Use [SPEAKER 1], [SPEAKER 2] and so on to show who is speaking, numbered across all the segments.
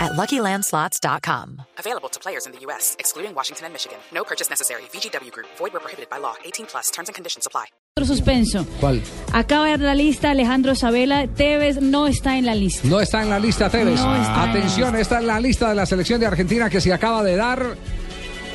[SPEAKER 1] at luckylandslots.com.
[SPEAKER 2] Available to players in the U.S., excluding Washington and Michigan. No purchase necessary. VGW Group, void were prohibited by law. 18 plus terms and conditions apply.
[SPEAKER 3] Otro suspenso.
[SPEAKER 4] ¿Cuál?
[SPEAKER 3] Acaba de dar la lista Alejandro Sabela. Tevez no está en la lista.
[SPEAKER 4] No está en la lista Tevez.
[SPEAKER 3] No está en
[SPEAKER 4] Atención,
[SPEAKER 3] la
[SPEAKER 4] está en la lista de la selección de Argentina que se acaba de dar.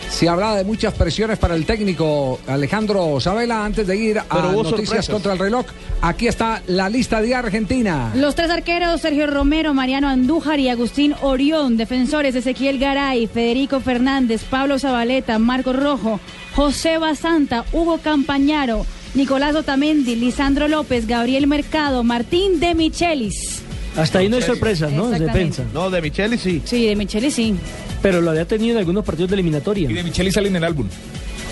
[SPEAKER 4] Se hablaba de muchas presiones para el técnico Alejandro Sabela antes de ir a
[SPEAKER 5] Pero hubo
[SPEAKER 4] Noticias
[SPEAKER 5] sorpresas.
[SPEAKER 4] contra el reloj. Aquí está la lista de Argentina.
[SPEAKER 3] Los tres arqueros, Sergio Romero, Mariano Andújar y Agustín Orión. Defensores, Ezequiel Garay, Federico Fernández, Pablo Zabaleta, Marco Rojo, José Basanta, Hugo Campañaro, Nicolás Otamendi, Lisandro López, Gabriel Mercado, Martín de Michelis.
[SPEAKER 6] Hasta ahí no hay
[SPEAKER 5] Micheli.
[SPEAKER 6] sorpresas, ¿no? En
[SPEAKER 3] Exactamente.
[SPEAKER 6] defensa.
[SPEAKER 5] No, de Micheli sí.
[SPEAKER 3] Sí, de Michelis sí.
[SPEAKER 6] Pero lo había tenido en algunos partidos de eliminatoria.
[SPEAKER 7] Y de Micheli sale en el álbum.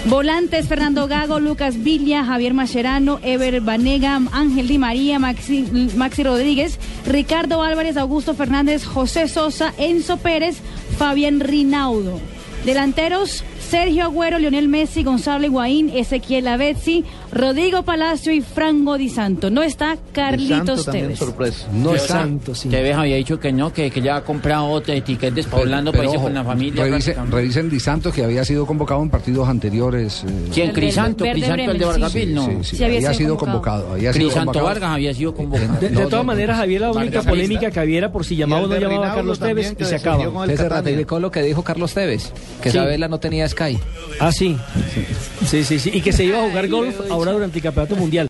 [SPEAKER 3] Volantes, Fernando Gago, Lucas Villa, Javier Mascherano, Ever Banega, Ángel Di María, Maxi, Maxi Rodríguez, Ricardo Álvarez, Augusto Fernández, José Sosa, Enzo Pérez, Fabián Rinaudo. Delanteros, Sergio Agüero, Lionel Messi, Gonzalo Higuaín, Ezequiel Avetzi, Rodrigo Palacio y Franco Di Santo. No está
[SPEAKER 5] Santo
[SPEAKER 3] Carlitos
[SPEAKER 5] también
[SPEAKER 3] Tevez.
[SPEAKER 5] sorpresa.
[SPEAKER 4] No
[SPEAKER 6] Dios
[SPEAKER 4] está.
[SPEAKER 6] santo, sí.
[SPEAKER 8] Tevez había dicho que no, que, que ya ha comprado otra etiqueta despoblando
[SPEAKER 4] Pero
[SPEAKER 8] países
[SPEAKER 4] ojo,
[SPEAKER 8] con la familia.
[SPEAKER 4] revise-
[SPEAKER 8] prácticamente.
[SPEAKER 4] revisen Di Santos que había sido convocado en partidos anteriores. eh,
[SPEAKER 8] ¿Quién?
[SPEAKER 3] El del
[SPEAKER 8] Crisanto,
[SPEAKER 3] Verde
[SPEAKER 8] Crisanto el de
[SPEAKER 3] Bremen, sí.
[SPEAKER 8] Vargapil, no.
[SPEAKER 4] sí, sí,
[SPEAKER 3] Sí había
[SPEAKER 4] había
[SPEAKER 3] sido
[SPEAKER 4] sido
[SPEAKER 3] convocado.
[SPEAKER 4] convocado. había sido
[SPEAKER 8] Crisanto
[SPEAKER 4] convocado. Eh,
[SPEAKER 8] Vargas había sido convocado.
[SPEAKER 6] De, de
[SPEAKER 4] No, no,
[SPEAKER 6] todas maneras,
[SPEAKER 4] no.
[SPEAKER 6] había la única
[SPEAKER 7] Vargas
[SPEAKER 6] polémica
[SPEAKER 7] lista.
[SPEAKER 6] que había era por si llamaba o
[SPEAKER 5] El
[SPEAKER 6] no
[SPEAKER 5] de
[SPEAKER 6] llamaba a
[SPEAKER 5] Reinaldo
[SPEAKER 6] Carlos
[SPEAKER 5] también,
[SPEAKER 6] Tevez
[SPEAKER 5] que
[SPEAKER 6] y se
[SPEAKER 5] decidió
[SPEAKER 6] acaba.
[SPEAKER 5] con el
[SPEAKER 9] Usted se
[SPEAKER 5] Catania.
[SPEAKER 9] ratificó lo que dijo Carlos Tevez, que
[SPEAKER 6] Sí.
[SPEAKER 9] Sabela no tenía Sky.
[SPEAKER 6] Ah, sí. Sí, sí, sí. Y que se iba a jugar golf ahora durante el Campeonato Mundial.